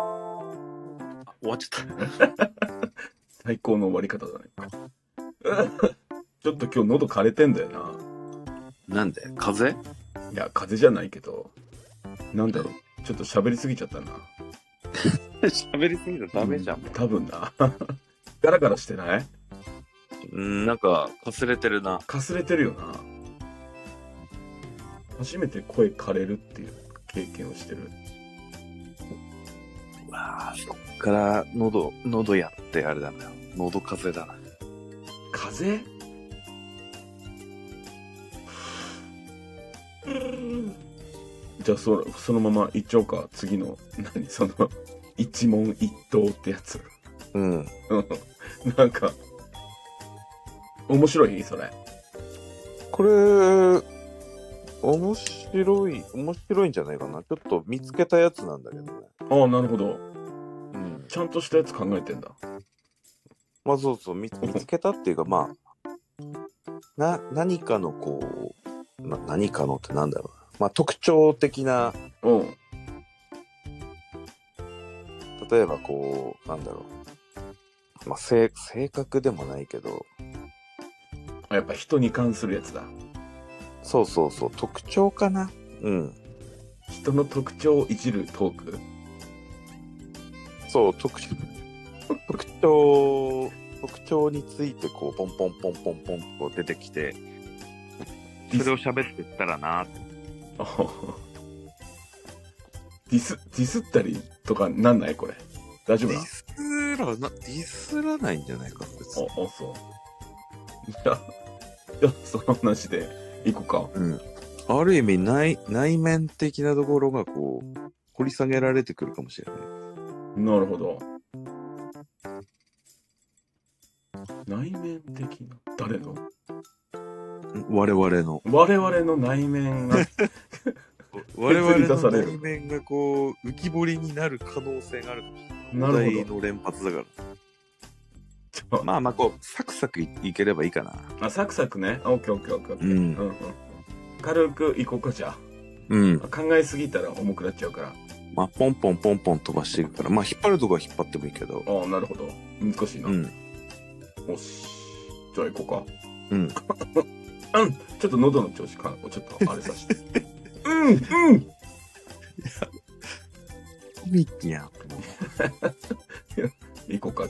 あ終わっちゃった。最高の終わり方だね。ちょっと今日喉枯れてんだよな。なんで風邪いや、風邪じゃないけど、なんだろう、ちょっと喋りすぎちゃったな。 喋りすぎたらダメじゃん。多分な。 ガラガラしてないうん、なんか、かすれてるな。かすれてるよな。初めて声枯れるっていう経験をしてる。わあ、そっから、喉、喉やってあれだな。喉風邪だな。風邪じゃあそそのままいっちゃおうか次の何その一問一答ってやつうん。うん なんか面白いそれこれ、面白い、面白いんじゃないかな。ちょっと見つけたやつなんだけどね。ああなるほどうん。ちゃんとしたやつ考えてんだまあそうそう、見見つけたっていうか、まあ、な、何かのこう、な何かのってなんだろうな。まあ特徴的な、うん例えばこう、なんだろう。まあ性、性格でもないけど、あやっぱ人に関するやつだそうそうそう、特徴かな。うん。人の特徴をいじるトークそう、特徴、 特徴、特徴についてこう、ポンポンポンポンポンと出てきて、ディそれをス喋ってったらなって。あははディスディスったりとかなんないこれ大丈夫デなィスらな、ディスらないんじゃないかな、別に。あ、あ、そう。じ ゃあ、じゃあその話で行こうか。うん。ある意味内、内面的なところがこう、掘り下げられてくるかもしれない。なるほど。内面的な誰の我々の。我々の内面が我々削り出さのれる内面がこう、浮き彫りになる可能性があるかもしれなない。る問題ほどの連発だかちら。ょ。まあまあ、こう、サクサクいいければいいかな。あ、サクサクね。あオッケーオッケーオッケーオッケうんー。う。んうん。軽く行こうかじゃうん。あ。考えすぎたら重くなっちゃうから。まあ、ポンポンポンポン飛ばしていくから、まあ、引っ張るとこは引っ張ってもいいけど。ああ、なるほど。難しいな。うよん。し。じゃあ行こううん。か。うん。ちょっと喉の調子か、ちょっとあれさして。うん、うん。コミックやん。行こうかじゃあ。